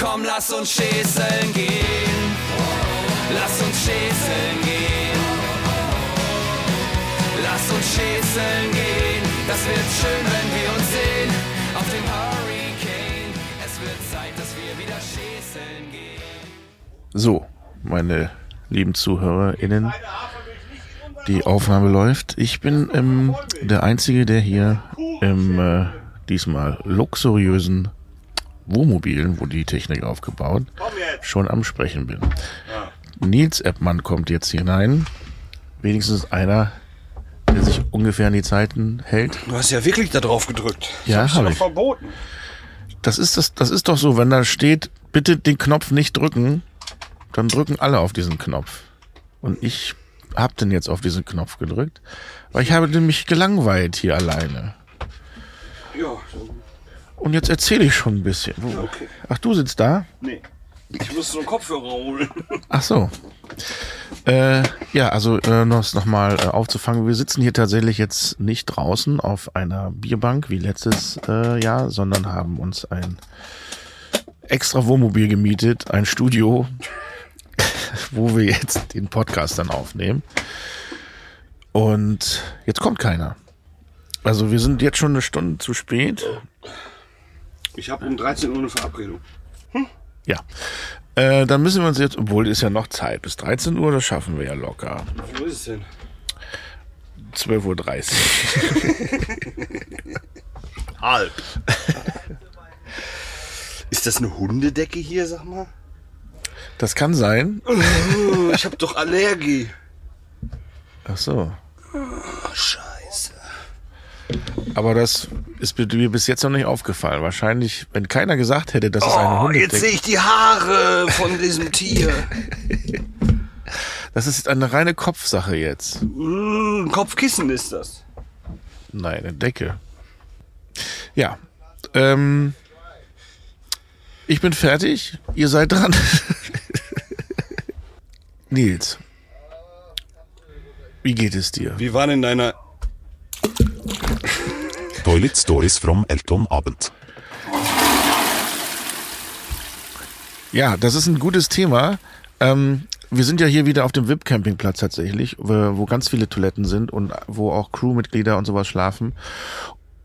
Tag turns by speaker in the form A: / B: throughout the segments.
A: komm, lass uns schäseln gehen. Lass uns schäseln gehen. Lass uns schäseln gehen. Das wird schön, wenn wir uns sehen. Auf dem Hurricane. Es wird Zeit, dass wir wieder schäseln gehen.
B: So, meine lieben ZuhörerInnen, die Aufnahme läuft. Ich bin ähm, der Einzige, der hier im äh, diesmal luxuriösen Wohnmobilen, wo die Technik aufgebaut, schon am Sprechen bin. Nils Eppmann kommt jetzt hinein. Wenigstens einer, der sich ungefähr an die Zeiten hält.
C: Du hast ja wirklich da drauf gedrückt.
B: Ja, habe
C: Doch
B: ich.
C: verboten.
B: Das ist, das, das ist doch so, wenn da steht, bitte den Knopf nicht drücken, dann drücken alle auf diesen Knopf. Und ich hab den jetzt auf diesen Knopf gedrückt, weil ich habe mich gelangweilt hier alleine.
C: Ja,
B: Und jetzt erzähle ich schon ein bisschen. Wo-
C: Okay.
B: Ach, du sitzt da?
C: nee. Ich muss so einen Kopfhörer holen.
B: Ach so. Äh, ja, also äh, noch noch mal äh, aufzufangen. Wir sitzen hier tatsächlich jetzt nicht draußen auf einer Bierbank wie letztes äh, Jahr, sondern haben uns ein extra Wohnmobil gemietet, ein Studio, wo wir jetzt den Podcast dann aufnehmen. Und jetzt kommt keiner. Also wir sind jetzt schon eine Stunde zu spät.
C: Ich habe um 13 Uhr eine Verabredung.
B: Ja. Äh, dann müssen wir uns jetzt, obwohl ist ja noch Zeit, bis 13 Uhr, das schaffen wir ja locker.
C: Wo ist es denn?
B: 12.30 Uhr.
C: Halb. Ist das eine Hundedecke hier, sag mal?
B: Das kann sein.
C: Oh, Ich habe doch Allergie.
B: Ach so.
C: Oh, scheiße.
B: Aber das ist mir bis jetzt noch nicht aufgefallen. Wahrscheinlich, wenn keiner gesagt hätte, dass es eine
C: Oh, jetzt
B: Hundedecke
C: sehe ich die Haare von diesem Tier.
B: Das ist eine reine Kopfsache jetzt.
C: Mm, Ein Kopfkissen ist das.
B: Nein, eine Decke. Ja. Ähm, ich bin fertig. Ihr seid dran. Nils. Wie geht es dir?
C: Wie war denn deiner...
D: Toilet Stories from Elton Abend.
B: Ja, das ist ein gutes Thema. Ähm, wir sind ja hier wieder auf dem VIP-Campingplatz tatsächlich, wo wo ganz viele Toiletten sind und wo auch Crewmitglieder und sowas schlafen.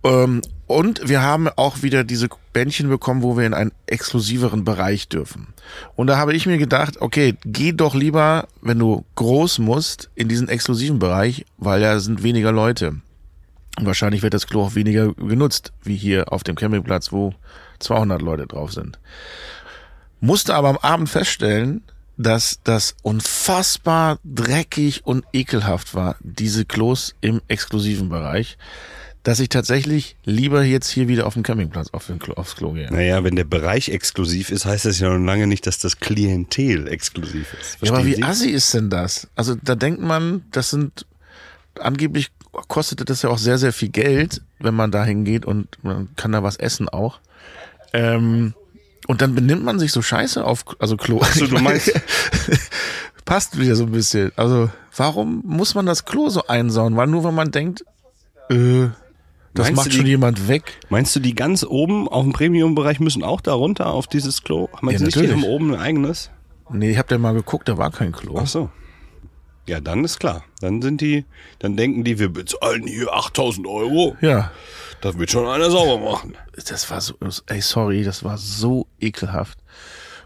B: Ähm, und wir haben auch wieder diese Bändchen bekommen, wo wir in einen exklusiveren Bereich dürfen. Und da habe ich mir gedacht, okay, geh doch lieber, wenn du groß musst, in diesen exklusiven Bereich, weil da sind weniger Leute. Und wahrscheinlich wird das Klo auch weniger genutzt, wie hier auf dem Campingplatz, wo 200 Leute drauf sind musste aber am Abend feststellen, dass das unfassbar dreckig und ekelhaft war, diese Klos im exklusiven Bereich, dass ich tatsächlich lieber jetzt hier wieder auf dem Campingplatz auf den Klo, aufs Klo gehe.
C: Naja, wenn der Bereich exklusiv ist, heißt das ja noch lange nicht, dass das Klientel exklusiv ist.
B: Ja, aber wie
C: Verstehen Sie?
B: assi ist denn das? Also da denkt man, das sind angeblich kostete das ja auch sehr, sehr viel Geld, wenn man da hingeht und man kann da was essen auch. Ähm, und dann benimmt man sich so scheiße auf, also Klo.
C: so, du meinst-
B: passt wieder so ein bisschen. Also warum muss man das Klo so einsauen? Weil nur wenn man denkt, äh, das
C: Meinst du
B: macht
C: die-
B: schon jemand weg.
C: Meinst du, die ganz oben auf dem Premium-Bereich müssen auch da runter auf dieses Klo?
B: Ja,
C: Meinst du nicht, die haben
B: natürlich.
C: oben ein eigenes?
B: Nee, ich habe da mal geguckt, da war kein Klo.
C: Ach so. Ja, dann ist klar. Dann sind die, dann denken die, wir bezahlen hier 8000 Euro.
B: Ja,
C: Das wird schon einer sauber machen.
B: das war so, ey, sorry, das war so ekelhaft.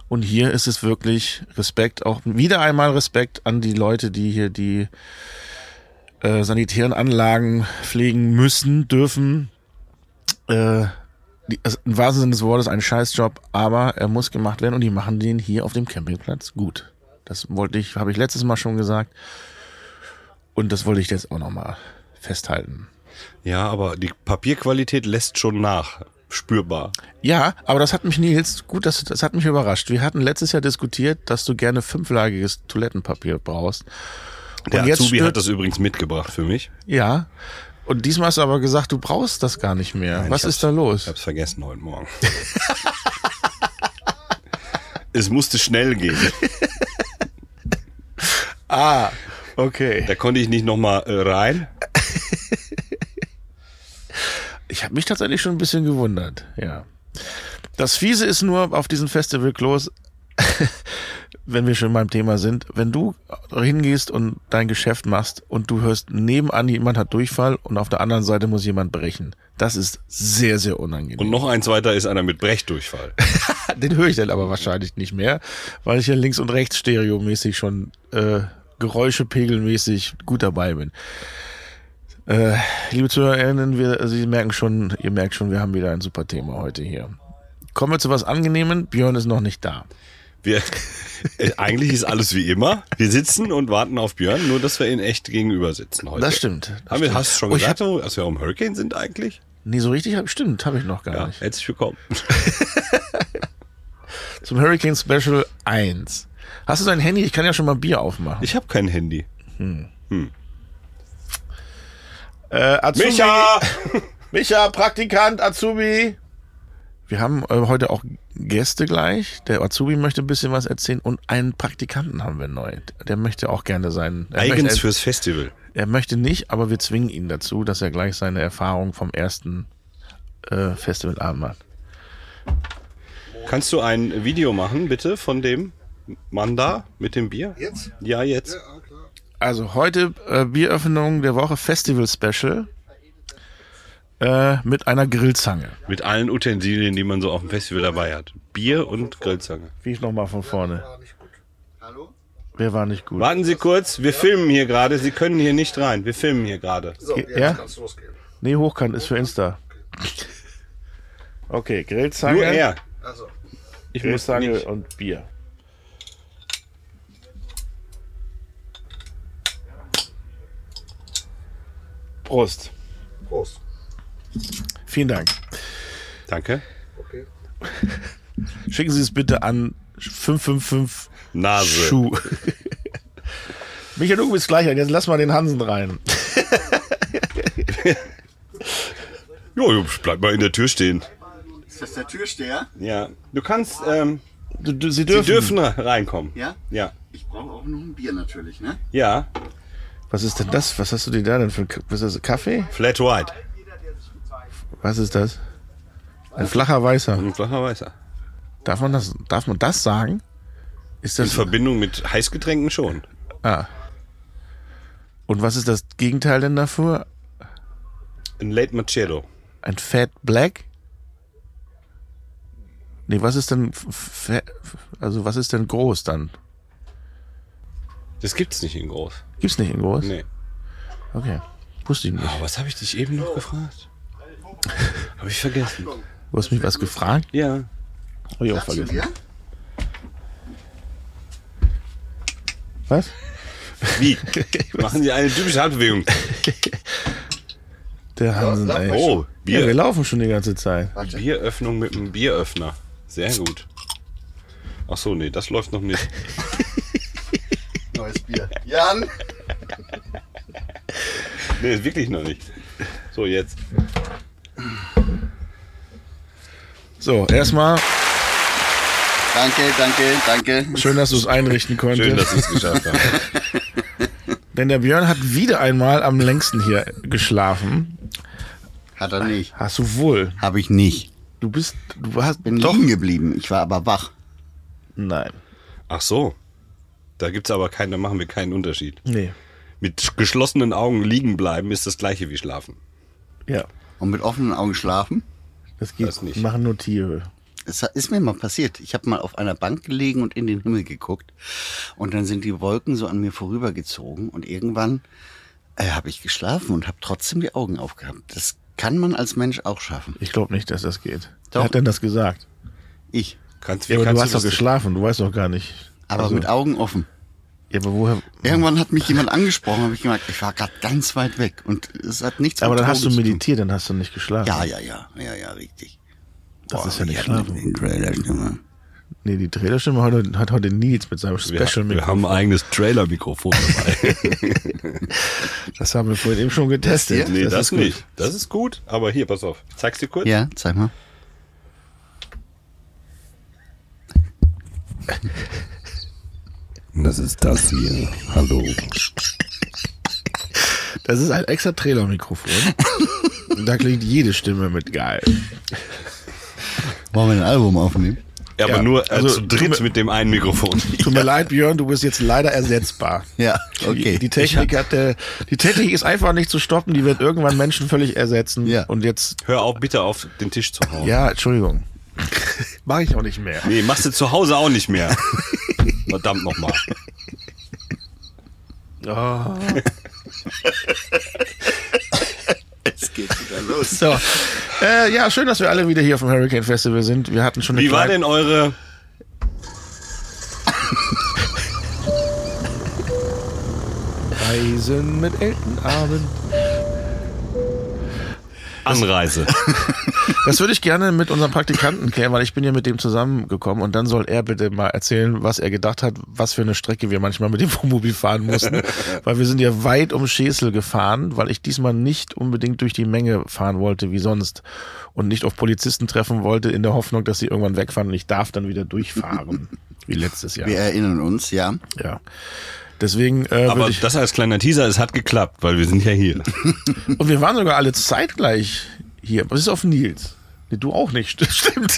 B: Und hier ist es wirklich Respekt, auch wieder einmal Respekt an die Leute, die hier die äh, sanitären Anlagen pflegen müssen, dürfen. Äh, die, also Im wahrsten Sinne des Wortes ein Scheißjob, aber er muss gemacht werden und die machen den hier auf dem Campingplatz gut. Das wollte ich, habe ich letztes Mal schon gesagt. Und das wollte ich jetzt auch nochmal festhalten.
C: Ja, aber die Papierqualität lässt schon nach. Spürbar.
B: Ja, aber das hat mich Nils, gut, das, das hat mich überrascht. Wir hatten letztes Jahr diskutiert, dass du gerne fünflagiges Toilettenpapier brauchst.
C: Der
B: jetzt
C: Azubi
B: stört-
C: hat das übrigens mitgebracht für mich.
B: Ja. Und diesmal hast du aber gesagt, du brauchst das gar nicht mehr.
C: Nein,
B: Was
C: ich
B: ist
C: hab's-
B: da los?
C: Ich hab's vergessen heute Morgen. es musste schnell gehen.
B: Ah, okay.
C: Da konnte ich nicht nochmal rein.
B: Ich habe mich tatsächlich schon ein bisschen gewundert, ja. Das Fiese ist nur auf diesen Festivalklos, wenn wir schon beim Thema sind, wenn du hingehst und dein Geschäft machst und du hörst nebenan, jemand hat Durchfall und auf der anderen Seite muss jemand brechen. Das ist sehr, sehr unangenehm.
C: Und noch eins weiter ist einer mit Brechdurchfall.
B: Den höre ich dann aber wahrscheinlich nicht mehr, weil ich ja links und rechts stereomäßig schon äh, geräuschepegelmäßig gut dabei bin. Äh, liebe ZuhörerInnen, wir, also Sie merken schon, ihr merkt schon, wir haben wieder ein super Thema heute hier. Kommen wir zu was Angenehmem. Björn ist noch nicht da.
C: Wir, äh, eigentlich ist alles wie immer. Wir sitzen und warten auf Björn, nur dass wir ihn echt gegenüber sitzen heute.
B: Das stimmt. Das
C: Haben wir,
B: stimmt.
C: hast du schon
B: Oh, ich
C: gesagt, dass wir am Hurricane sind eigentlich?
B: Nee, so richtig, hab- stimmt, habe ich noch gar nicht.
C: herzlich willkommen.
B: Zum Hurricane Special 1. Hast du dein Handy? Ich kann ja schon mal Bier aufmachen.
C: Ich habe kein Handy.
B: äh, Azubi,
C: Micha!
B: Micha, Praktikant, Azubi! Wir haben äh, heute auch Gäste gleich. Der Azubi möchte ein bisschen was erzählen und einen Praktikanten haben wir neu. Der möchte auch gerne seinen. er möchte,
C: Eigens fürs Festival.
B: Er möchte nicht, aber wir zwingen ihn dazu, dass er gleich seine Erfahrung vom ersten äh, Festivalabend macht.
C: Kannst du ein Video machen, bitte, von dem Mann da mit dem Bier?
E: Jetzt?
C: Ja, jetzt.
B: Also heute äh, Bieröffnung der Woche Festival Special äh, mit einer Grillzange.
C: Mit allen Utensilien, die man so auf dem Festival dabei hat. Bier und Grillzange.
B: Wie ich nochmal von vorne.
E: War nicht gut. Hallo?
B: Wer war nicht gut?
C: Warten Sie kurz, wir filmen hier gerade. Sie können hier nicht rein. Wir filmen hier gerade.
E: So,
B: Ge-
E: jetzt
B: ja?
E: kannst du losgehen.
B: Nee, Hochkant ist für Insta. Okay, Grillzange,
C: Nur er.
E: Also,
C: Ich muss
B: Grillzange
C: nicht.
B: und Bier. Prost.
E: Prost.
B: Vielen Dank.
C: Danke.
E: Okay.
B: Schicken Sie es bitte an 555
C: Nase.
B: Schuh. Michael, du bist gleich ein. Jetzt lass mal den Hansen rein.
C: Jo, jo, bleib mal in der Tür stehen.
E: Ist das der Türsteher?
C: Ja. Du kannst, ähm,
B: Du, du, sie,
C: Sie
B: dürfen.
C: dürfen reinkommen.
E: Ja?
C: Ja.
E: Ich brauche auch noch ein Bier natürlich, ne?
C: Ja.
B: Was ist denn das? Was hast du dir da denn für ein K- was ist das, Kaffee?
C: Flat White.
B: Was ist das? Ein flacher Weißer.
C: Ein flacher Weißer.
B: Darf man das, darf man das sagen? Ist
C: In
B: das.
C: Verbindung mit Heißgetränken schon.
B: Ah. Und was ist das Gegenteil denn dafür?
C: Ein Late Machado.
B: Ein Fat Black? Nee, was ist denn. f- f- f- Also, was ist denn groß dann?
C: Das gibt's nicht in groß.
B: Gibt's nicht in groß?
C: Nee.
B: Okay. Wusste ich nicht.
C: Oh, was habe ich dich eben noch gefragt?
E: Oh.
C: Habe ich vergessen.
B: Du hast mich was gefragt?
C: Ja.
B: Hab ich auch
E: Dazu
B: vergessen.
E: Bier?
B: Was?
C: Wie? Machen Sie eine typische Handbewegung.
B: Der Hansen, ey.
C: Oh,
B: Ja, wir
C: Bier.
B: laufen schon die ganze Zeit.
C: Bieröffnung mit einem Bieröffner. Sehr gut. Ach so, nee, das läuft noch nicht.
E: Neues Bier. Jan!
C: Nee, wirklich noch nicht. So, jetzt.
B: So, erstmal
E: Danke, danke, danke.
B: schön, dass du es einrichten konntest.
C: Schön, dass Sie es geschafft haben.
B: Denn der Björn hat wieder einmal am längsten hier geschlafen.
E: Hat er nicht.
B: Hast du wohl.
E: Habe ich nicht.
B: Du bist, du hast,
E: Bin liegen geblieben. Ich war aber wach.
B: nein.
C: Ach so. Da gibt's aber keinen, da machen wir keinen Unterschied.
B: Nee.
C: Mit geschlossenen Augen liegen bleiben ist das gleiche wie schlafen.
B: Ja,
E: Und mit offenen Augen schlafen?
B: das geht
C: Das nicht.
B: Machen nur Tiere.
E: Es hat- ist mir mal passiert. Ich habe mal auf einer Bank gelegen und in den Himmel geguckt. Und dann sind die Wolken so an mir vorübergezogen. Und irgendwann äh, habe ich geschlafen und habe trotzdem die Augen aufgehabt. Das kann man als Mensch auch schaffen.
B: Ich glaube nicht, dass das geht. Wer
E: Doch.
B: hat denn das gesagt?
E: Ich.
C: Kannst, wie
B: Ja, aber du
C: kannst
B: hast doch
C: das-
B: geschlafen, du weißt doch gar nicht. Also,
E: Aber mit Augen offen.
B: Ja, aber woher?
E: Irgendwann hat mich jemand angesprochen, habe ich gemerkt, ich war gerade ganz weit weg und es hat nichts
B: Aber
E: mit
B: dann hast du
E: Drogen zu tun.
B: meditiert, dann hast du nicht geschlafen.
E: Ja, ja, ja, ja, ja, richtig.
B: Das ist ja nicht
E: schlafen.
B: schlafen.
E: Den Trailer Stimme.
B: Nee, die Trailerstimme heute, hat heute Nils mit seinem
C: Wir,
B: Special mit.
C: wir haben ein eigenes Trailer-Mikrofon dabei.
B: Das haben wir vorhin eben schon getestet.
C: Nee, das,
B: gut.
C: nicht. Das ist gut, aber hier, pass auf. Ich zeig's dir kurz.
E: Ja, zeig mal.
F: Das ist das hier. Hallo.
B: Das ist ein extra Trailermikrofon. Und da klingt jede Stimme mit geil.
E: Wollen wir ein Album aufnehmen?
C: Ja, aber
B: Ja,
C: nur äh,
B: also,
C: zu dritt mit dem einen Mikrofon.
B: Tut mir leid, Björn, du bist jetzt leider ersetzbar.
E: Ja, okay.
B: Die, die Technik hat der, die Technik ist einfach nicht zu stoppen, die wird irgendwann Menschen völlig ersetzen.
E: Ja.
B: Und jetzt,
C: Hör auf, bitte auf den Tisch zu hauen.
B: ja, Entschuldigung. Mach ich auch nicht mehr.
C: Nee, machst du zu Hause auch nicht mehr. Verdammt nochmal.
E: Oh. Es geht wieder los.
B: So. Äh, ja, schön, dass wir alle wieder hier auf dem Hurricane Festival sind. Wir hatten schon eine
C: Wie war
B: kleine-
C: denn eure.
B: Reisen mit Eltenabend.
C: Anreise.
B: Also Das würde ich gerne mit unserem Praktikanten klären, weil ich bin ja mit dem zusammengekommen und dann soll er bitte mal erzählen, was er gedacht hat, was für eine Strecke wir manchmal mit dem Wohnmobil fahren mussten, weil wir sind ja weit um Schesel gefahren, weil ich diesmal nicht unbedingt durch die Menge fahren wollte wie sonst und nicht auf Polizisten treffen wollte in der Hoffnung, dass sie irgendwann wegfahren und ich darf dann wieder durchfahren, wie letztes Jahr.
E: Wir erinnern uns, ja.
B: Ja. Deswegen äh,
C: Aber
B: würde ich
C: das als kleiner Teaser, es hat geklappt, weil wir sind ja hier.
B: und wir waren sogar alle zeitgleich hier, bis auf Nils. Nee, Du auch nicht, stimmt.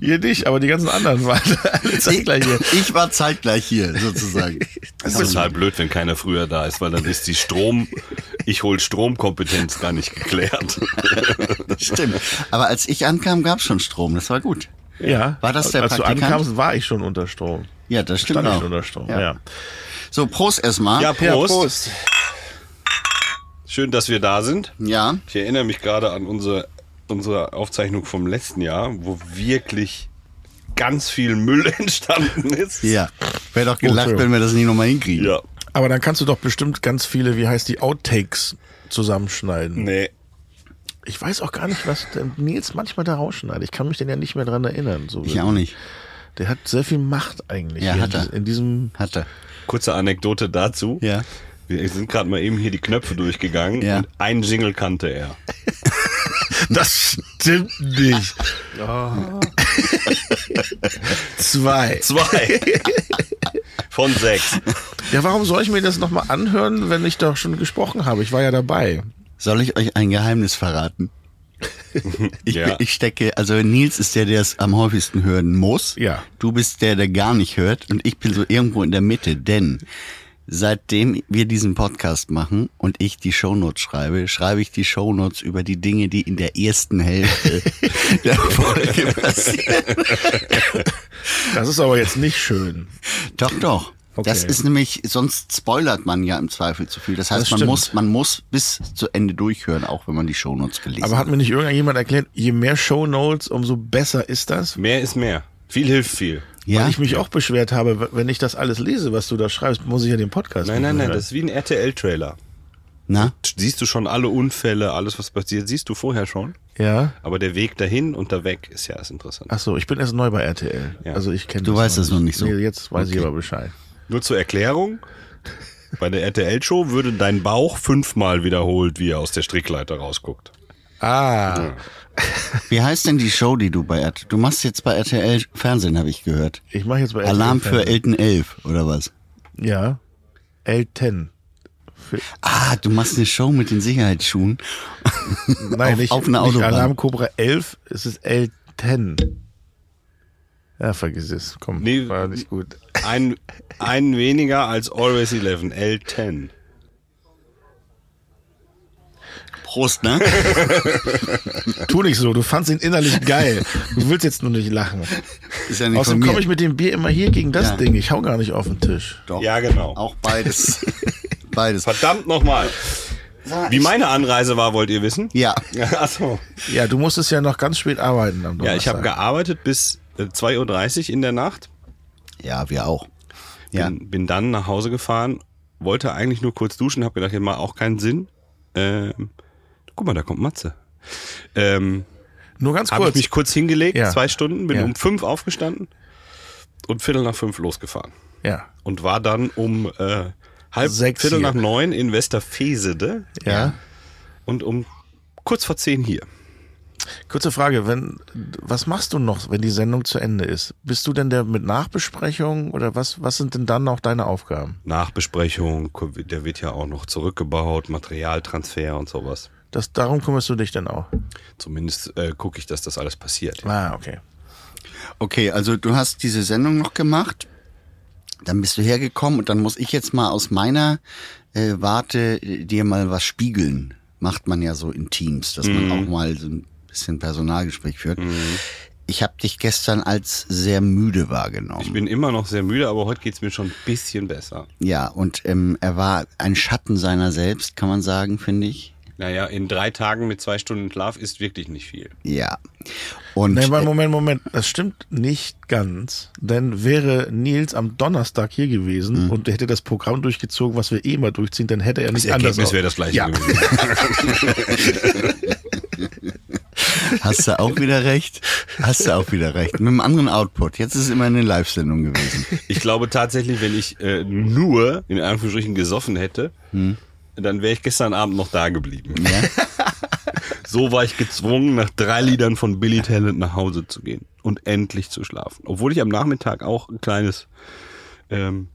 B: Hier nicht, aber die ganzen anderen waren alle zeitgleich hier.
E: Ich war zeitgleich hier, sozusagen.
C: Es ist total blöd, wenn keiner früher da ist, weil dann ist die Strom, ich hol Stromkompetenz gar nicht geklärt.
E: Stimmt. Aber als ich ankam, gab es schon Strom. Das war gut.
B: Ja.
E: War das der
B: Als
E: Praktikant?
B: du ankamst, war ich schon unter Strom.
E: Ja, das stimmt
B: Stand ich
E: auch.
B: schon unter Strom.
E: Ja.
B: Ja.
E: So, Prost erstmal.
C: Ja,
B: Ja,
C: Prost. Schön, dass wir da sind.
E: Ja.
C: Ich erinnere mich gerade an unsere, unsere Aufzeichnung vom letzten Jahr, wo wirklich ganz viel Müll entstanden ist.
E: Ja. Wäre doch gelacht,
B: Entschuldigung.
E: wenn wir das nicht nochmal hinkriegen.
C: Ja.
B: Aber dann kannst du doch bestimmt ganz viele, wie heißt die, Outtakes zusammenschneiden.
C: Nee.
B: Ich weiß auch gar nicht, was der Nils manchmal da rausschneidet. Ich kann mich denn ja nicht mehr dran erinnern. So
E: Ich auch nicht.
B: Der hat sehr viel Macht eigentlich.
E: Ja,
B: hier
E: hat
B: in
E: er.
B: dies- In diesem
E: Hatte.
C: Kurze Anekdote dazu.
E: Ja.
C: Wir sind gerade mal eben hier die Knöpfe durchgegangen
E: Ja.
C: und einen Jingle kannte er.
B: Das stimmt nicht. Zwei.
C: Zwei. Von sechs.
B: Ja, warum soll ich mir das nochmal anhören, wenn ich doch schon gesprochen habe? Ich war ja dabei.
E: Soll ich euch ein Geheimnis verraten? Ich,
C: Ja.
E: ich stecke, also Nils ist der, der es am häufigsten hören muss.
B: Ja.
E: Du bist der, der gar nicht hört. Und ich bin so irgendwo in der Mitte. Denn seitdem wir diesen Podcast machen und ich die Shownotes schreibe, schreibe ich die Shownotes über die Dinge, die in der ersten Hälfte der Folge passieren.
B: Das ist aber jetzt nicht schön.
E: Doch, doch.
B: Okay.
E: Das ist nämlich, sonst spoilert man ja im Zweifel zu viel. Das heißt,
B: Das
E: man
B: stimmt.
E: muss, man muss bis zu Ende durchhören, auch wenn man die Shownotes gelesen
B: Aber
E: hat.
B: hat mir nicht irgendjemand erklärt, je mehr Shownotes, umso besser ist das?
C: Mehr ist mehr. Viel hilft viel.
B: Weil ich mich auch beschwert habe, wenn ich das alles lese, was du da schreibst, muss ich ja den Podcast
C: Nein, nein,
B: nicht
C: nein,
B: hören.
C: das ist wie ein RTL-Trailer.
E: Na?
C: Siehst du schon alle Unfälle, alles was passiert, siehst du vorher schon.
B: Ja?
C: Aber der Weg dahin und da weg ist ja erst interessant.
B: Ach so, ich bin erst neu bei RTL.
C: Ja.
B: Also ich kenne
E: Du weißt das noch nicht so.
B: Nee, jetzt weiß ich aber Bescheid.
C: Nur zur Erklärung. Bei der RTL-Show würde dein Bauch fünfmal wiederholt, wie er aus der Strickleiter rausguckt.
B: Ah.
E: Wie heißt denn die Show, die du bei RTL... Du machst jetzt bei RTL Fernsehen, habe ich gehört.
B: Ich mache jetzt bei RTL.
E: Alarm für Elton 11, oder was?
B: Ja. Elten.
E: Ah, du machst eine Show mit den Sicherheitsschuhen.
B: Nein,
E: Auf-
B: nicht,
E: auf einer
B: nicht
E: Autobahn.
B: Alarm Cobra 11, es ist L10. Ja, vergiss es. Komm,
C: Nee,
B: war nicht gut.
C: Ein, ein weniger als Always 11, L10.
E: Prost, ne?
B: Tu nicht so, du fandst ihn innerlich geil. Du willst jetzt nur nicht lachen.
E: Ist ja nicht von
B: Außerdem
E: mir.
B: komme ich mit dem Bier immer hier gegen das
E: Ja.
B: Ding. Ich hau gar nicht auf den Tisch.
E: Doch.
C: Ja, genau.
E: Auch beides. beides.
C: Verdammt nochmal. Wie meine Anreise war, wollt ihr wissen?
E: Ja.
C: Achso.
B: Ja, du musstest ja noch ganz spät arbeiten am
C: Ja,
B: Donnerstag.
C: ich habe gearbeitet bis äh, 2.30 Uhr in der Nacht.
E: Ja, wir auch. Ja.
C: Bin, bin dann nach Hause gefahren, wollte eigentlich nur kurz duschen, habe gedacht, hier macht auch keinen Sinn. Ähm, guck mal, da kommt Matze. Ähm,
B: Nur ganz
C: habe
B: kurz.
C: ich mich kurz hingelegt,
B: Ja.
C: zwei Stunden, bin
B: Ja.
C: um fünf aufgestanden und Viertel nach fünf losgefahren.
B: ja.
C: Und war dann um äh, halb,
B: Sechs
C: Viertel
B: hier.
C: nach neun in Westerfesede
B: Ja.
C: und um kurz vor zehn hier.
B: Kurze Frage, wenn, was machst du noch, wenn die Sendung zu Ende ist? Bist du denn der mit Nachbesprechung oder was, was sind denn dann noch deine Aufgaben?
C: Nachbesprechung, der wird ja auch noch zurückgebaut, Materialtransfer und sowas.
B: Das, darum kümmerst du dich dann auch.
C: Zumindest äh, gucke ich, dass das alles passiert.
B: Ah, okay.
E: Okay, also du hast diese Sendung noch gemacht, dann bist du hergekommen und dann muss ich jetzt mal aus meiner äh, Warte äh, dir mal was spiegeln. Macht man ja so in Teams, dass
C: Mhm.
E: man auch mal so ein bisschen Personalgespräch führt. Ich habe dich gestern als sehr müde wahrgenommen.
C: Ich bin immer noch sehr müde, aber heute geht es mir schon ein bisschen besser.
E: ja, und ähm, er war ein Schatten seiner selbst, kann man sagen, finde ich.
C: Naja, in drei Tagen mit zwei Stunden Schlaf ist wirklich nicht viel.
E: Ja. Und
B: Nein, aber Moment, Moment, das stimmt nicht ganz. Denn wäre Nils am Donnerstag hier gewesen
E: Mhm.
B: und hätte das Programm durchgezogen, was wir eh immer durchziehen, dann hätte er nicht anders.
C: Ergebnis wäre das gleiche
B: ja.
C: gewesen.
E: Hast du auch wieder recht? Hast du auch wieder recht. Mit einem anderen Output. Jetzt ist es immer eine Live-Sendung gewesen.
C: Ich glaube tatsächlich, wenn ich äh, nur in Anführungsstrichen gesoffen hätte, dann wäre ich gestern Abend noch da geblieben. So war ich gezwungen, nach drei Liedern von Billy Talent nach Hause zu gehen und endlich zu schlafen. Obwohl ich am Nachmittag auch ein kleines ähm,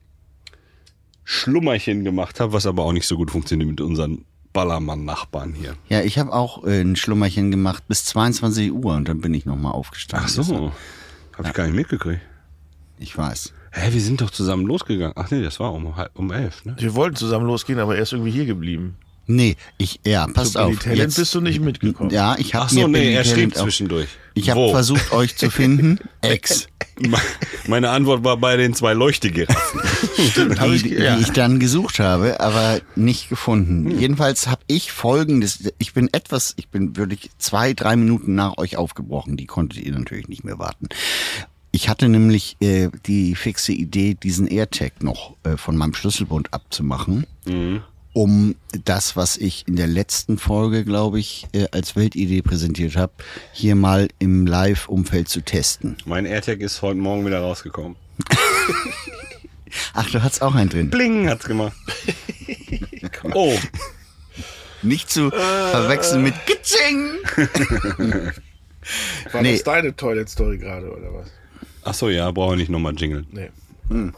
C: Schlummerchen gemacht habe, was aber auch nicht so gut funktioniert mit unseren Ballermann-Nachbarn hier.
E: Ja, ich habe auch äh, ein Schlummerchen gemacht bis 22 Uhr und dann bin ich nochmal aufgestanden. Deshalb-
C: Habe ich gar nicht mitgekriegt.
E: Ich weiß.
C: Hä, wir sind doch zusammen losgegangen. Ach nee, das war um, halb- um elf, ne?
B: Wir wollten zusammen losgehen, aber er ist irgendwie hier geblieben.
E: Nee, ich, ja, passt
B: Zu Billy
E: auf.
B: Talent
E: Jetzt-
B: bist du nicht mitgekommen.
E: ja, ich habe
C: Ach so,
E: mir
C: nee,
E: Billy
C: er schrieb
E: Talent auch-
C: zwischendurch.
E: Ich habe
C: Wo?
E: versucht, euch zu finden. Ex.
C: Me- Meine Antwort war bei den zwei Leuchtegiraffen.
B: Stimmt, hab
E: die,
B: ich,
E: die
B: ja. Hm.
E: ich dann gesucht habe, aber nicht gefunden. Jedenfalls habe ich folgendes, ich bin etwas, ich bin wirklich zwei, drei Minuten nach euch aufgebrochen, die konntet ihr natürlich nicht mehr warten. Ich hatte nämlich äh, die fixe Idee, diesen AirTag noch äh, von meinem Schlüsselbund abzumachen,
B: Mhm.
E: um das, was ich in der letzten Folge, glaube ich, äh, als Weltidee präsentiert habe, hier mal im Live-Umfeld zu testen.
C: mein AirTag ist heute Morgen wieder rausgekommen.
E: Ach, du hattest auch einen drin.
C: Bling hat's gemacht. Oh,
E: Nicht zu
B: Äh.
E: verwechseln mit Kitsching.
B: War
E: Nee.
B: das deine Toilet Story gerade oder was?
C: ach so, ja, brauchen wir nicht nochmal jingeln.
B: Nee.
E: Hm.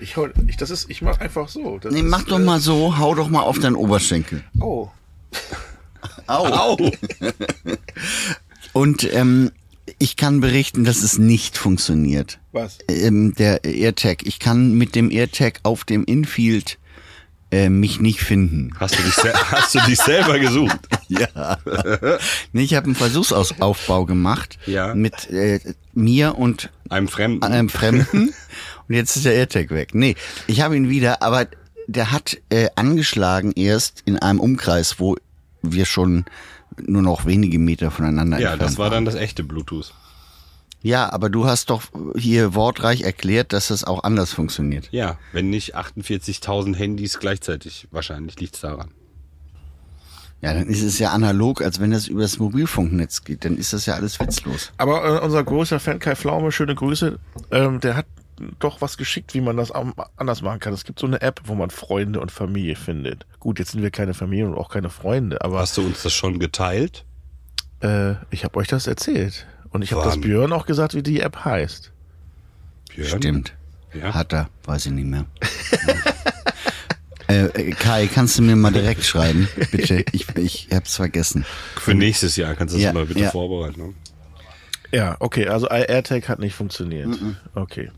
B: Ich, hol, ich das ist ich mach einfach so. Das
E: Nee,
B: ist, äh,
E: mach doch mal so, hau doch mal auf deinen Oberschenkel.
B: Oh.
E: Au. Und ähm, ich kann berichten, dass es nicht funktioniert.
B: Was?
E: Ähm, der AirTag. Ich kann mit dem AirTag auf dem Infield äh, mich nicht finden.
C: Hast du dich, sel- hast du dich selber gesucht?
E: Ja. nee, ich habe einen Versuchsaufbau gemacht
C: Ja.
E: mit äh, mir und
C: Einem Fremden.
E: an einem Fremden und jetzt ist der AirTag weg. Nee, ich habe ihn wieder, aber der hat äh, angeschlagen erst in einem Umkreis, wo wir schon nur noch wenige Meter voneinander
C: ja,
E: entfernt
C: das war
E: waren.
C: dann das echte Bluetooth.
E: Ja, aber du hast doch hier wortreich erklärt, dass das auch anders funktioniert.
C: Ja, wenn nicht 48.000 Handys gleichzeitig. Wahrscheinlich liegt's daran.
E: Ja, dann ist es ja analog, als wenn das übers Mobilfunknetz geht. Dann ist das ja alles witzlos.
B: Aber äh, unser großer Fan Kai Pflaume, schöne Grüße, ähm, der hat doch was geschickt, wie man das am- anders machen kann. Es gibt so eine App, wo man Freunde und Familie findet. Gut, jetzt sind wir keine Familie und auch keine Freunde, aber
C: Hast du uns das schon geteilt?
B: äh, ich habe euch das erzählt. Und ich habe
C: Wann?
B: das Björn auch gesagt, wie die App heißt.
C: Björn?
E: Stimmt.
C: Ja.
E: Hat er, weiß ich nicht mehr. äh, äh, Kai, kannst du mir mal direkt schreiben? Bitte, ich, ich hab's vergessen.
C: Für nächstes Jahr kannst du das
E: Ja,
C: mal bitte
E: ja.
C: vorbereiten. Ne?
B: Ja, okay, also AirTag hat nicht funktioniert. Okay.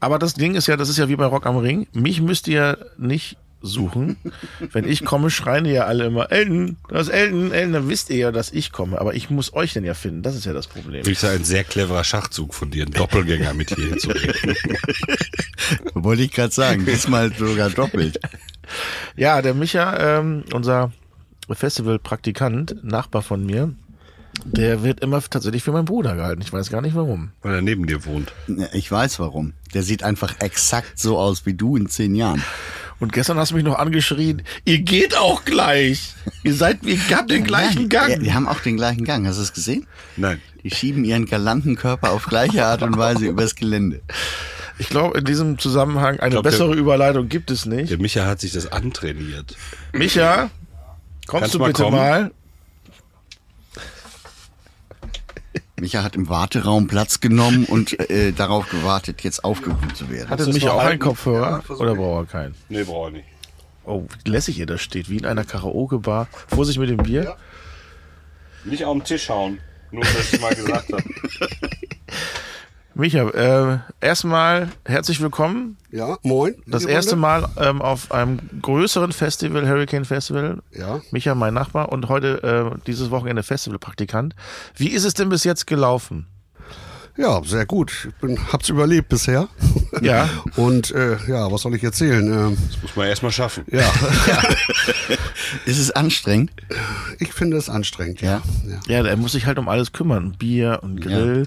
B: Aber das Ding ist ja, das ist ja wie bei Rock am Ring. Mich müsst ihr nicht suchen. Wenn ich komme, schreien die ja alle immer, Elton, das ist Elton, Elton, dann wisst ihr ja, dass ich komme. Aber ich muss euch denn ja finden. Das ist ja das Problem.
C: Wirklich ein sehr cleverer Schachzug von dir, einen Doppelgänger mit hier hinzubringen.
E: Wollte ich gerade sagen, diesmal sogar doppelt.
B: Ja, der Micha, ähm, unser Festivalpraktikant, Nachbar von mir, der wird immer tatsächlich für meinen Bruder gehalten. Ich weiß gar nicht warum.
C: Weil er neben dir wohnt.
E: Ich weiß warum. Der sieht einfach exakt so aus wie du in zehn Jahren.
B: Und gestern hast du mich noch angeschrien, ihr geht auch gleich. Ihr seid, ihr habt den gleichen
E: Ja,
B: Gang.
E: Die, die haben auch den gleichen Gang. Hast du es gesehen?
C: Nein.
E: Die schieben ihren galanten Körper auf gleiche Art und Weise übers Gelände.
B: Ich glaube, in diesem Zusammenhang eine
C: glaub,
B: bessere Überleitung gibt es nicht.
C: Der Micha hat sich das antrainiert.
B: Micha, kommst
C: Kannst
B: du
C: mal
B: bitte
C: kommen?
B: mal?
E: Micha hat im Warteraum Platz genommen und äh, darauf gewartet, jetzt aufgehoben zu werden.
B: Hat es Micha auch einen Kopfhörer oder braucht er keinen?
C: Nee, brauche ich nicht.
B: Oh, wie lässig ihr da steht, wie in einer Karaoke-Bar. Vorsicht mit dem Bier.
C: Nicht auf den Tisch hauen. Nur, dass ich mal gesagt habe.
B: Micha, äh, erstmal herzlich willkommen.
G: Ja, moin.
B: Das
G: liebe
B: erste
G: Runde.
B: Mal ähm, auf einem größeren Festival, Hurricane Festival.
G: Ja.
B: Micha, mein Nachbar und heute äh, dieses Wochenende Festivalpraktikant. Wie ist es denn bis jetzt gelaufen?
G: Ja, sehr gut. Ich bin, hab's überlebt bisher.
B: Ja.
G: Und äh, ja, was soll ich erzählen? Ähm,
C: Das muss man erstmal schaffen.
G: ja,
E: Ist es anstrengend?
G: ich finde es anstrengend.
E: Ja.
G: ja.
B: Ja, der muss sich halt um alles kümmern. Bier und Grill.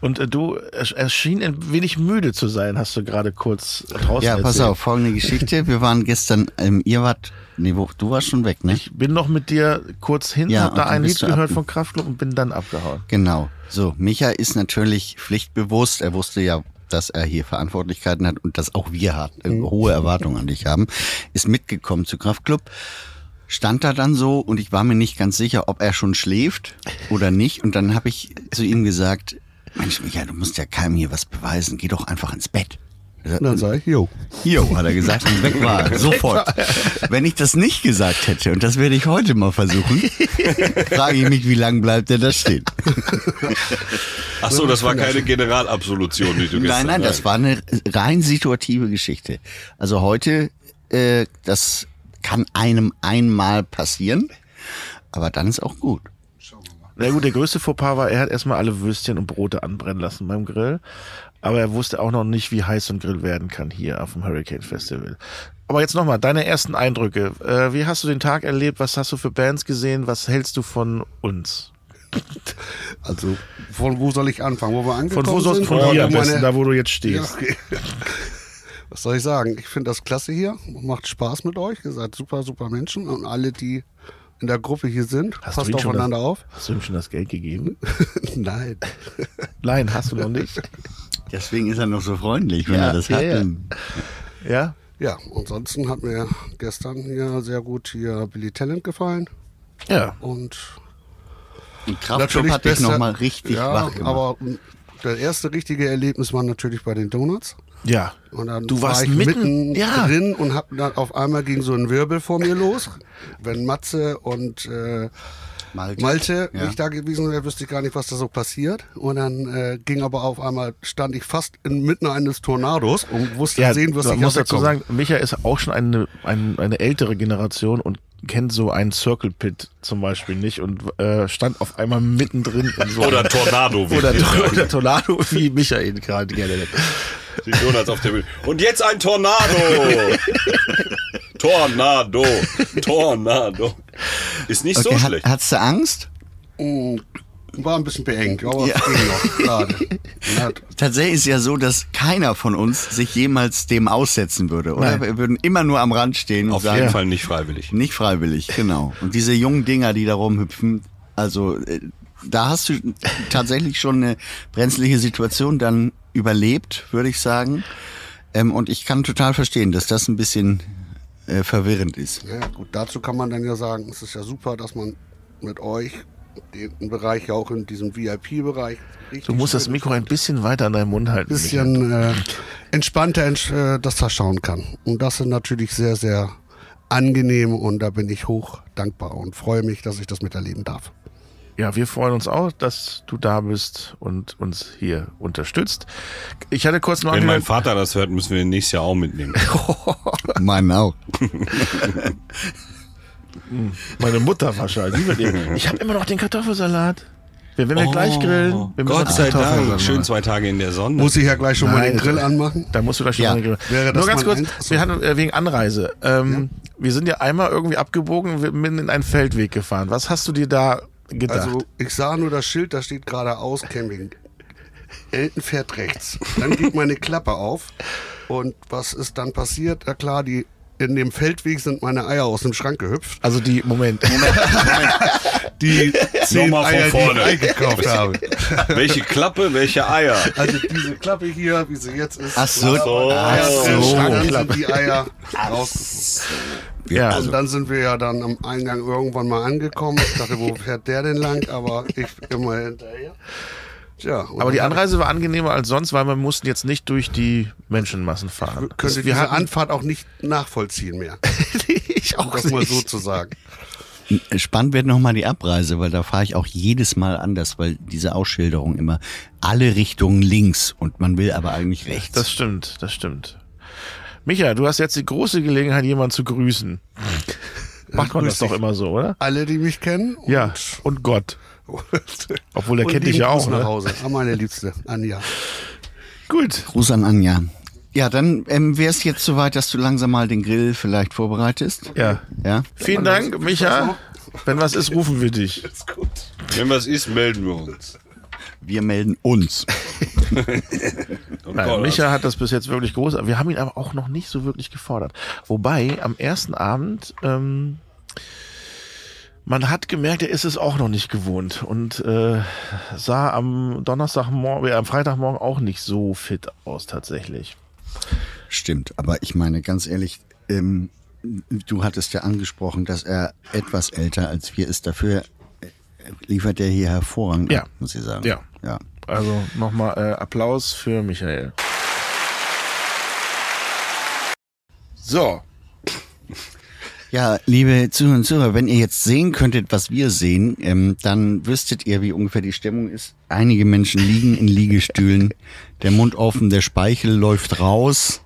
B: Und äh, du ersch- erschien ein wenig müde zu sein, hast du gerade kurz draußen
E: Ja, pass
B: erzählt.
E: auf, folgende Geschichte. Wir waren gestern, ähm, ihr wart, nee, wo, du warst schon weg, ne?
B: Ich bin noch mit dir kurz hin,
E: Ja,
B: hab da
E: und dann
B: ein Lied
E: bist du
B: gehört
E: ab-
B: von Kraftklub und bin dann abgehauen.
E: Genau. So, Micha ist natürlich pflichtbewusst. Er wusste ja, dass er hier Verantwortlichkeiten hat und dass auch wir hart, äh, hohe Erwartungen an dich haben. Ist mitgekommen zu Kraftclub. Stand da dann so und ich war mir nicht ganz sicher, ob er schon schläft oder nicht. Und dann habe ich zu ihm gesagt, Mensch, Micha, du musst ja keinem hier was beweisen. Geh doch einfach ins Bett. Er
G: Und dann
E: sagt,
G: sag ich, jo.
E: Jo, hat er gesagt und weg war er, sofort. Wenn ich das nicht gesagt hätte, und das werde ich heute mal versuchen, frage ich mich, wie lange bleibt er da stehen?
C: Ach so, das war keine Generalabsolution, die du
E: Nein,
C: gestern
E: nein, das war eine rein situative Geschichte. Also heute, äh, das kann einem einmal passieren, aber dann ist auch gut.
B: Na gut, der größte Fauxpas war, er hat erstmal alle Würstchen und Brote anbrennen lassen beim Grill. Aber er wusste auch noch nicht, wie heiß so ein Grill werden kann hier auf dem Hurricane Festival. Aber jetzt nochmal, deine ersten Eindrücke. Äh, wie hast du den Tag erlebt? Was hast du für Bands gesehen? Was hältst du von uns?
G: Also, von wo soll ich anfangen? Wo wir
B: Von
G: angekommen
B: wo sollst
G: sind?
B: von dir
G: Ja,
B: am besten,
G: meine-
B: da wo du jetzt
G: ja,
B: stehst?
G: okay. Was soll ich sagen? Ich finde das klasse hier. Macht Spaß mit euch. Ihr seid super, super Menschen. Und alle, die in der Gruppe hier sind,
B: Hast du
G: passt
B: ihm schon
G: aufeinander
B: das,
G: auf.
B: Hast du ihm schon das Geld gegeben?
G: Nein.
B: Nein, hast du noch nicht.
E: Deswegen ist er noch so freundlich, wenn
B: Ja,
E: er das
B: ja,
E: hat.
B: ja.
E: dann-
B: Ja?
G: Ja, ansonsten hat mir gestern hier sehr gut hier Billy Talent gefallen.
B: Ja.
G: Und
E: Und Kraftclub hat dich
G: bester-
E: nochmal richtig
G: ja,
E: wach gemacht.
G: Aber mm, das erste richtige Erlebnis war natürlich bei den Donuts.
B: Ja.
G: Und dann
B: Du warst
G: war ich
B: mitten-
G: mitten
B: ja.
G: drin und hab dann auf einmal ging so ein Wirbel vor mir los. Wenn Matze und äh,
E: Malte.
G: Malte
E: Ja.
G: nicht da gewesen wäre, wüsste ich gar nicht, was da so passiert. Und dann äh, ging aber auf einmal, stand ich fast inmitten eines Tornados und wusste
B: Ja,
G: sehen, was
B: man
G: ich
B: muss dazu sagen, Micha ist auch schon eine, ein, eine ältere Generation und kennt so einen Circle Pit zum Beispiel nicht und äh, stand auf einmal mittendrin in so
C: Oder
B: einem-
C: Tornado. wie
B: oder,
C: wir sagen.
B: oder Tornado, wie Micha ihn gerade gerne nennt.
C: Die Donuts auf der Bühne. Und jetzt ein Tornado. Tornado. Tornado. Ist nicht
E: Okay,
C: so
E: hat,
C: schlecht.
E: hast du Angst?
G: War ein bisschen beengt, aber es ging noch. Gerade. Und hat-
E: Tatsächlich ist ja so, dass keiner von uns sich jemals dem aussetzen würde, oder?
B: Nein.
E: Wir würden immer nur am Rand stehen und
C: auf
E: sagen,
C: jeden Fall nicht freiwillig.
E: Nicht freiwillig, genau. Und diese jungen Dinger, die da rumhüpfen, also äh, da hast du tatsächlich schon eine brenzliche Situation dann überlebt, würde ich sagen. Ähm, und ich kann total verstehen, dass das ein bisschen äh, verwirrend ist.
G: Ja, gut, dazu kann man dann ja sagen, es ist ja super, dass man mit euch den Bereich ja auch in diesem VIP-Bereich richtig
B: Du musst das
G: schön
B: Mikro ein bisschen weiter an deinem Mund halten.
G: ein bisschen äh, entspannter entsch äh, das da schauen kann. Und das ist natürlich sehr, sehr angenehm und da bin ich hoch dankbar und freue mich, dass ich das miterleben darf.
B: Ja, wir freuen uns auch, dass du da bist und uns hier unterstützt. Ich hatte kurz noch
C: Wenn mein
B: angehört,
C: Vater das hört, müssen wir ihn nächstes Jahr auch mitnehmen. Oh
E: Meinen auch.
B: meine Mutter wahrscheinlich. die wird ihr- Ich habe immer noch den Kartoffelsalat. Wir werden wir gleich grillen. Wir müssen
C: Oh, Gott
B: noch
C: sei
B: Kartoffelsalat
C: Dank. Schön
B: machen.
C: zwei Tage in der Sonne.
G: Muss ich ja gleich schon mal
B: Nein,
G: den Grill
B: das-
G: anmachen.
B: Da musst du gleich schon
E: Ja.
B: mal eine-
G: Wäre das
B: Nur ganz
G: mein
B: kurz,
G: Eins-
B: wir hatten äh, wegen Anreise. Ähm, Wir sind ja einmal irgendwie abgebogen und wir mitten in einen Feldweg gefahren. Was hast du dir da gedacht?
G: Also ich sah nur das Schild, da steht geradeaus Camping. Elton fährt rechts. Dann geht meine Klappe auf. Und was ist dann passiert? Na klar, die in dem Feldweg sind meine Eier aus dem Schrank gehüpft.
B: Also die, Moment.
G: Die zehn
C: Nochmal von
G: Eier, die ich
C: vorne.
G: eingekauft habe.
C: Welche Klappe, welche Eier?
G: Also diese Klappe hier, wie sie jetzt ist.
E: Ach so.
G: war meine
C: Ach
G: Eier
E: so.
G: drin, Dann sind die Eier raus.
B: ja,
G: Und dann sind wir ja dann am Eingang irgendwann mal angekommen. Ich dachte, wo fährt der denn lang? Aber ich immer hinterher. Tja, und
B: Aber die
G: dann
B: Anreise war angenehmer als sonst, weil wir mussten jetzt nicht durch die Menschenmassen fahren.
G: könnte
B: wir
G: diese
B: hatten
G: Anfahrt auch nicht nachvollziehen mehr.
B: ich
G: Um
B: auch
G: das mal
B: nicht.
G: so zu sagen.
E: Spannend wird nochmal die Abreise, weil da fahre ich auch jedes Mal anders, weil diese Ausschilderung immer alle Richtungen links und man will aber eigentlich rechts.
B: Das stimmt, das stimmt. Micha, du hast jetzt die große Gelegenheit, jemanden zu grüßen. Macht man das
G: grüß
B: doch
G: dich.
B: immer so, oder?
G: Alle, die mich kennen. Und
B: Ja, und Gott. Obwohl, der
G: und
B: kennt dich
G: lieben
B: ja
G: Gruß
B: auch,
G: nach
B: ne?
G: Hause. An meine Liebste, Anja.
B: Gut.
E: Gruß an Anja. Ja, dann ähm, wäre es jetzt soweit, dass du langsam mal den Grill vielleicht vorbereitest.
B: Ja.
E: Ja.
B: Vielen Dank, Micha. Wenn was ist, rufen wir dich.
C: Wenn was ist, melden wir uns.
E: Wir melden uns.
C: Und
B: Nein,
C: Konrad.
B: Micha hat das bis jetzt wirklich groß. Wir haben ihn aber auch noch nicht so wirklich gefordert. Wobei am ersten Abend ähm, man hat gemerkt, er ist es auch noch nicht gewohnt und äh, sah am Donnerstagmorgen, äh, am Freitagmorgen auch nicht so fit aus tatsächlich.
E: Stimmt, aber ich meine ganz ehrlich, ähm, du hattest ja angesprochen, dass er etwas älter als wir ist. Dafür äh, liefert er hier hervorragend,
B: Ja.
E: ab, muss ich sagen.
B: Ja.
E: ja.
B: Also nochmal äh, Applaus für Michael. So,
E: Ja, liebe Zuhörer und Zuhörer, wenn ihr jetzt sehen könntet, was wir sehen, ähm, dann wüsstet ihr, wie ungefähr die Stimmung ist. Einige Menschen liegen in Liegestühlen, der Mund offen, der Speichel läuft raus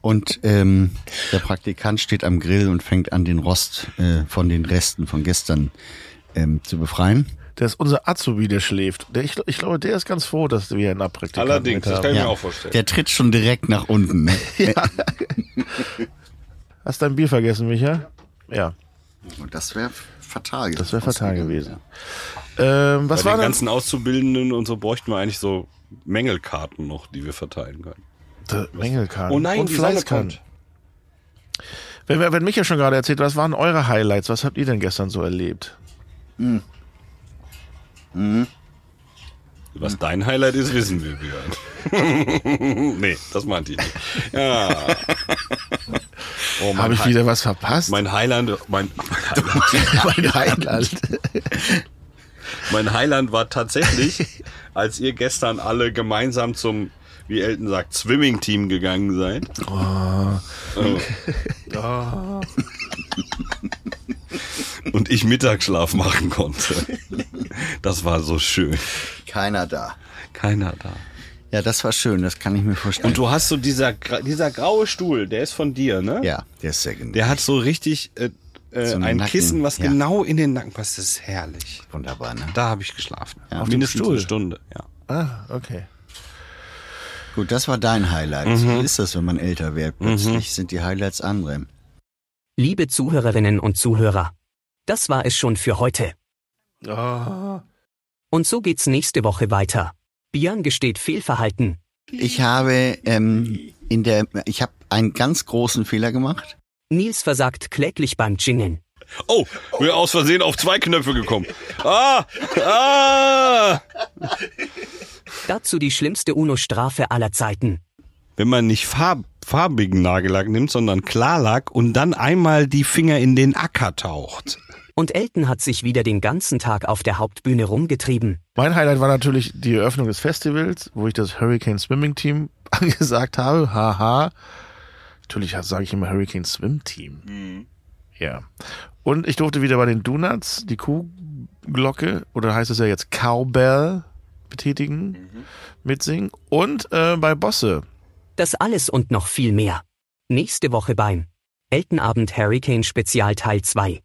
E: und ähm, der Praktikant steht am Grill und fängt an, den Rost äh, von den Resten von gestern ähm, zu befreien.
B: der ist unser Azubi, der schläft. Der, ich, gl- ich glaube, der ist ganz froh, dass wir einen Abbrechen
C: Allerdings, das kann ich
E: Ja.
C: mir auch vorstellen.
E: Der tritt schon direkt nach unten. Ne?
B: Hast dein Bier vergessen, Micha? Ja,
E: Und das wäre fatal.
B: das wäre fatal gewesen. Ähm, was
C: Bei
B: war
C: den
B: denn?
C: ganzen Auszubildenden und so bräuchten wir eigentlich so Mängelkarten noch, die wir verteilen können.
B: Äh, Mängelkarten.
C: Oh nein,
B: und
C: die Sonne
B: Fleißkarten.
C: kommt.
B: Wenn, wir- wenn Micha schon gerade erzählt, was waren eure Highlights? Was habt ihr denn gestern so erlebt?
C: Was dein Highlight ist, wissen wir, Björn. nee, das meinte ich nicht. Ja. Oh, mein,
B: Habe ich
C: Hi-
B: wieder was verpasst?
C: mein Highland, mein,
B: mein
C: mein Highland.
B: Highlight.
C: Mein Highland war tatsächlich, als ihr gestern alle gemeinsam zum, wie Elton sagt, Swimming-Team gegangen seid. Oh. Und ich Mittagsschlaf machen konnte. Das war so schön.
E: Keiner da.
C: Keiner da.
E: Ja, das war schön, das kann ich mir vorstellen.
C: Und du hast so dieser, gra- dieser graue Stuhl, der ist von dir, ne?
E: ja, der ist sehr genau.
C: Der hat so richtig äh, äh,
E: So einen
C: ein
E: Nacken,
C: Kissen, was
E: ja.
C: genau in den Nacken passt. Das ist herrlich.
E: Wunderbar, ne?
C: Da habe ich geschlafen.
E: Ja.
C: Auf dem Stuhl. Eine Stunde, ja.
B: ah, okay.
E: Gut, das war dein Highlight. So ist das, wenn man älter wird. Plötzlich sind die Highlights andere.
H: Liebe Zuhörerinnen und Zuhörer. Das war es schon für heute.
C: Ah.
H: Und so geht's nächste Woche weiter. Björn gesteht Fehlverhalten.
E: Ich habe ähm, in der, ich habe einen ganz großen Fehler gemacht.
H: Nils versagt kläglich beim Jingeln.
C: Oh, bin aus Versehen auf zwei Knöpfe gekommen. Ah, ah.
H: Dazu die schlimmste UNO-Strafe aller Zeiten.
C: Wenn man nicht farb, farbigen Nagellack nimmt, sondern Klarlack und dann einmal die Finger in den Acker taucht.
H: Und Elton hat sich wieder den ganzen Tag auf der Hauptbühne rumgetrieben.
B: Mein Highlight war natürlich die Eröffnung des Festivals, wo ich das Hurricane Swimming Team angesagt habe. Haha. Natürlich sage ich immer Hurricane Swim Team. Ja. Und ich durfte wieder bei den Donuts die Kuhglocke, oder heißt es ja jetzt Cowbell, betätigen, mitsingen. Und äh, bei Bosse.
H: Das alles und noch viel mehr. Nächste Woche beim Eltenabend Hurricane Spezial Teil 2.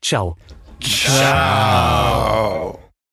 H: Ciao.
B: Ciao.